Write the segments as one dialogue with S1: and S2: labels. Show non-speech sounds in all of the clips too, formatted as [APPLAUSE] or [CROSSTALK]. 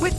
S1: With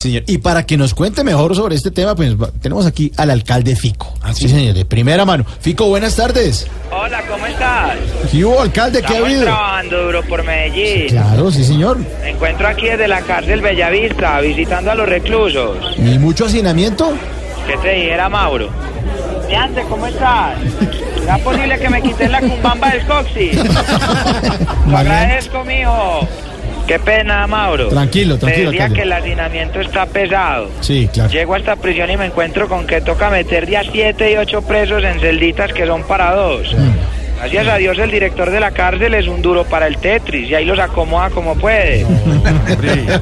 S2: Señor, y para que nos cuente mejor sobre este tema, pues va- tenemos aquí al alcalde Fico. Ah, sí, señor, de primera mano. Fico, buenas tardes.
S3: Hola, ¿cómo estás?
S2: ¿Qué hubo, alcalde? ¿Qué ha
S3: Estamos
S2: habido?
S3: trabajando duro por Medellín.
S2: Claro, sí, señor.
S3: Me encuentro aquí desde la cárcel Bellavista, visitando a los reclusos.
S2: ¿Y mucho hacinamiento? [LAUGHS]
S3: ¿Qué te dijera Mauro? Yance, ¿cómo estás? ¿Es posible que me quites la cumbamba del
S2: [LAUGHS]
S3: coxis? Lo agradezco, mijo. Qué pena, Mauro.
S2: Tranquilo, tranquilo,
S3: Te diría
S2: alcalde.
S3: que el hacinamiento está pesado.
S2: Sí, claro.
S3: Llego a esta prisión y me encuentro con que toca meter de a siete y ocho presos en celditas que son para dos. Gracias a Dios el director de la cárcel es un duro para el Tetris y ahí los acomoda como puede.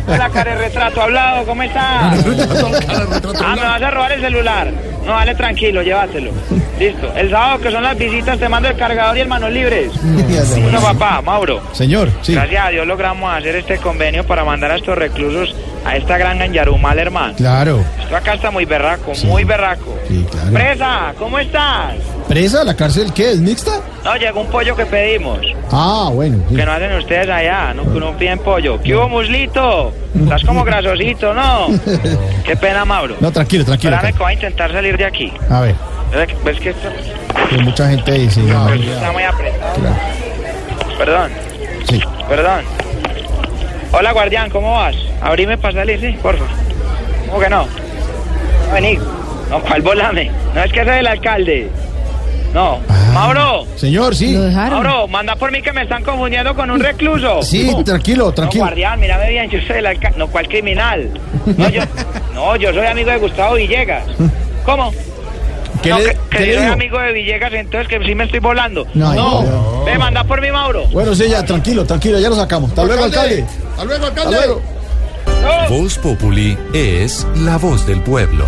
S3: Hola, cara de retrato hablado, ¿cómo estás? Ah, me vas a robar el celular. No, dale tranquilo, llévatelo. Listo. El sábado que son las visitas te mando el cargador y el manos libres. Bueno, papá, Mauro.
S2: Señor, sí.
S3: Gracias a Dios logramos hacer este convenio para mandar a estos reclusos a esta gran ganyarumal, hermano.
S2: Claro.
S3: Esto acá está muy berraco, muy berraco.
S2: Sí, claro.
S3: Presa, ¿cómo estás?
S2: ¿Presa? ¿La cárcel qué? ¿Es mixta?
S3: No, llegó un pollo que pedimos.
S2: Ah, bueno. sí.
S3: Que no hacen ustedes allá, no, que no piden pollo. ¿Qué hubo, muslito? Estás como
S2: [LAUGHS]
S3: grasosito, ¿no? Qué pena, Mauro.
S2: No, tranquilo, tranquilo.
S3: Espérame
S2: alcalde.
S3: que voy a intentar salir de aquí.
S2: A ver,
S3: ¿Ves que esto, esto
S2: que mucha gente dice... ah,
S3: está muy apretado?
S2: claro.
S3: Perdón,
S2: Sí.
S3: perdón. Hola, guardián, ¿cómo vas? Abrime para salir, sí, porfa. ¿Cómo que no? Vení. No, ¿cuál volame? No, es que ese es el alcalde. No.
S2: Ah,
S3: Mauro.
S2: Señor, sí.
S3: Mauro, manda por mí que me están confundiendo con un recluso.
S2: Sí,
S3: No,
S2: tranquilo, tranquilo.
S3: No, guardián, mírame bien, yo soy el alcalde. No, ¿cuál criminal?
S2: [LAUGHS]
S3: No yo, no, yo soy amigo de Gustavo Villegas. ¿Cómo?
S2: ¿Qué
S3: no,
S2: le-
S3: que,
S2: qué
S3: que
S2: le
S3: soy
S2: digo?
S3: amigo de Villegas, entonces que sí me estoy volando.
S2: No,
S3: no.
S2: no.
S3: Ve, manda por mí, Mauro.
S2: Bueno, sí, ya, tranquilo, tranquilo, ya lo sacamos. Hasta luego, alcalde.
S4: Hasta luego,
S2: Hasta
S4: alcalde.
S2: luego.
S3: No.
S5: Voz Populi es la voz del pueblo.